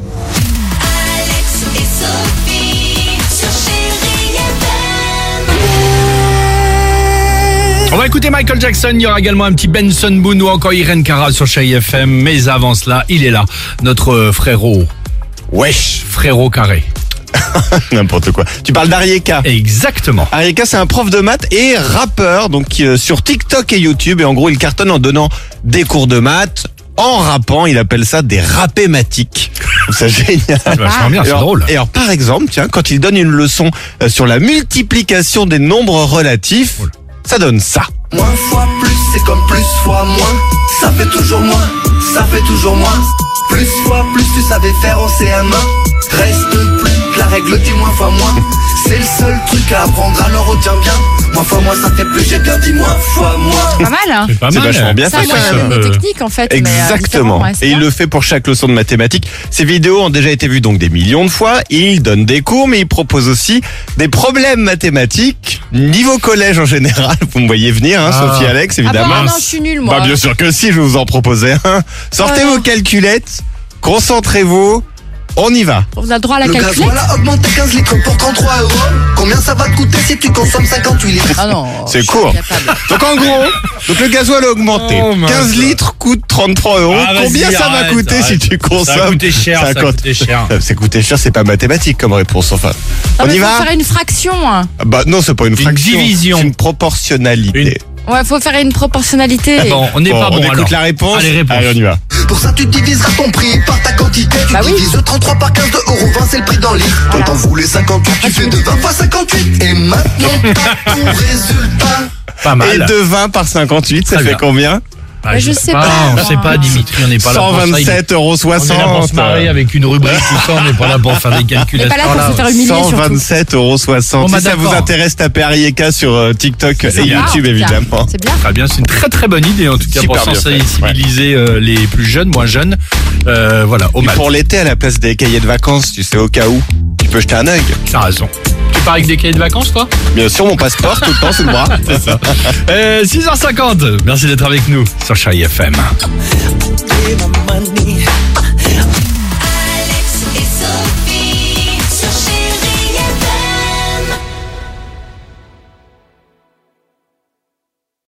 Alex et Sophie sur Chéri FM. On va écouter Michael Jackson, il y aura également un petit Benson Boone ou encore Irene Cara sur Chez FM, mais avant cela, il est là, notre euh, frérot, Wesh, frérot carré. n'importe quoi. Tu parles d'Arieka. Exactement. Arieka, c'est un prof de maths et rappeur, donc qui, euh, sur TikTok et YouTube. Et en gros, il cartonne en donnant des cours de maths, en rappant. Il appelle ça des rappématiques. C'est génial. Ah. C'est vachement bien, Et c'est alors- drôle. Et alors, par exemple, tiens, quand il donne une leçon euh, sur la multiplication des nombres relatifs, Oula. ça donne ça. Moins fois plus, c'est comme plus fois moins. Ça fait toujours moins, ça fait toujours moins. Plus fois plus, tu savais faire en CM1. Reste plus que la règle du moins fois moins. C'est le seul truc à apprendre, alors retiens bien. Moins fois moins, ça fait plus, j'ai bien dit moins fois moins. Pas mal, hein C'est pas C'est mal. vachement bien, Ça, fait il a ça. des techniques en fait. mais, euh, Exactement. différentes, ouais, c'est et il bien. le fait pour chaque leçon de mathématiques. Ses vidéos ont déjà été vues donc des millions de fois. Il donne des cours, mais il propose aussi des problèmes mathématiques niveau collège en général. Vous me voyez venir, hein, Ah. Sophie, Alex, Ah bah, évidemment. ah non, je suis nulle moi. Bah, bien sûr que si, je vous en proposais un. Sortez Ah non. vos calculettes, concentrez-vous, on y va. On a droit à la Le gaz, calculette voilà, augmente à 15 litres pour 33 euros. Combien ça va te coûter si tu consommes 58 litres Ah non. C'est je suis court. incapable. Donc en gros, donc le gasoil a augmenté. Oh, mince. 15 litres coûte 33 euros. Ah, vas-y, Combien ça arrête, va coûter si arrête. tu consommes Ça a coûté cher, ça a 50. coûté cher. C'est coûté cher, c'est pas mathématique comme réponse. Enfin, Non, on Ah, mais y faut va faire une fraction. hein. Bah non, c'est pas une Une fraction. division. c'est une proportionnalité. Une- Ouais, faut faire une proportionnalité. Ah Euh, Bon, on n'est Bon, pas on bon écoute alors. la réponse. Allez, réponse. Allez, on y va. Pour ça, tu diviseras ton prix par ta quantité. Tu Bah oui. divises 33 par 15 de euros 20, c'est le prix d'un litre. Quand t'en voulais 58, tu fais de 20 fois 58. Et maintenant, t'as ton résultat. Pas Et mal. de 20 par 58, ça Très fait bien. combien Ah, Mais je sais pas. On sait pas, Dimitri, on n'est pas là pour ça. il est- 127,60 euros. On est là pour se marrer avec une rubrique, tout ça, on n'est pas là pour faire des calculs On à ce n'est pas là pour temps-là. se faire humilier Ah, surtout. 127,60 euros. Bon, bah, Si ça vous d'accord. intéresse, tapez Arieka sur euh, TikTok et C'est bien, YouTube, en tout cas. évidemment. Ah, C'est bien. Très bien, c'est une très très bonne idée en tout cas Super pour bien fait, sensibiliser euh, les plus jeunes, moins jeunes. Euh, voilà, au Et maths. pour l'été, à la place des cahiers de vacances, tu sais, au cas où, tu peux jeter un œil. T'as raison. Tu pars avec des cahiers de vacances, toi Bien sûr, mon passeport, tout le temps sous le bras. C'est ça. Euh, 6h50, merci d'être avec nous sur Chérie FM. get my money.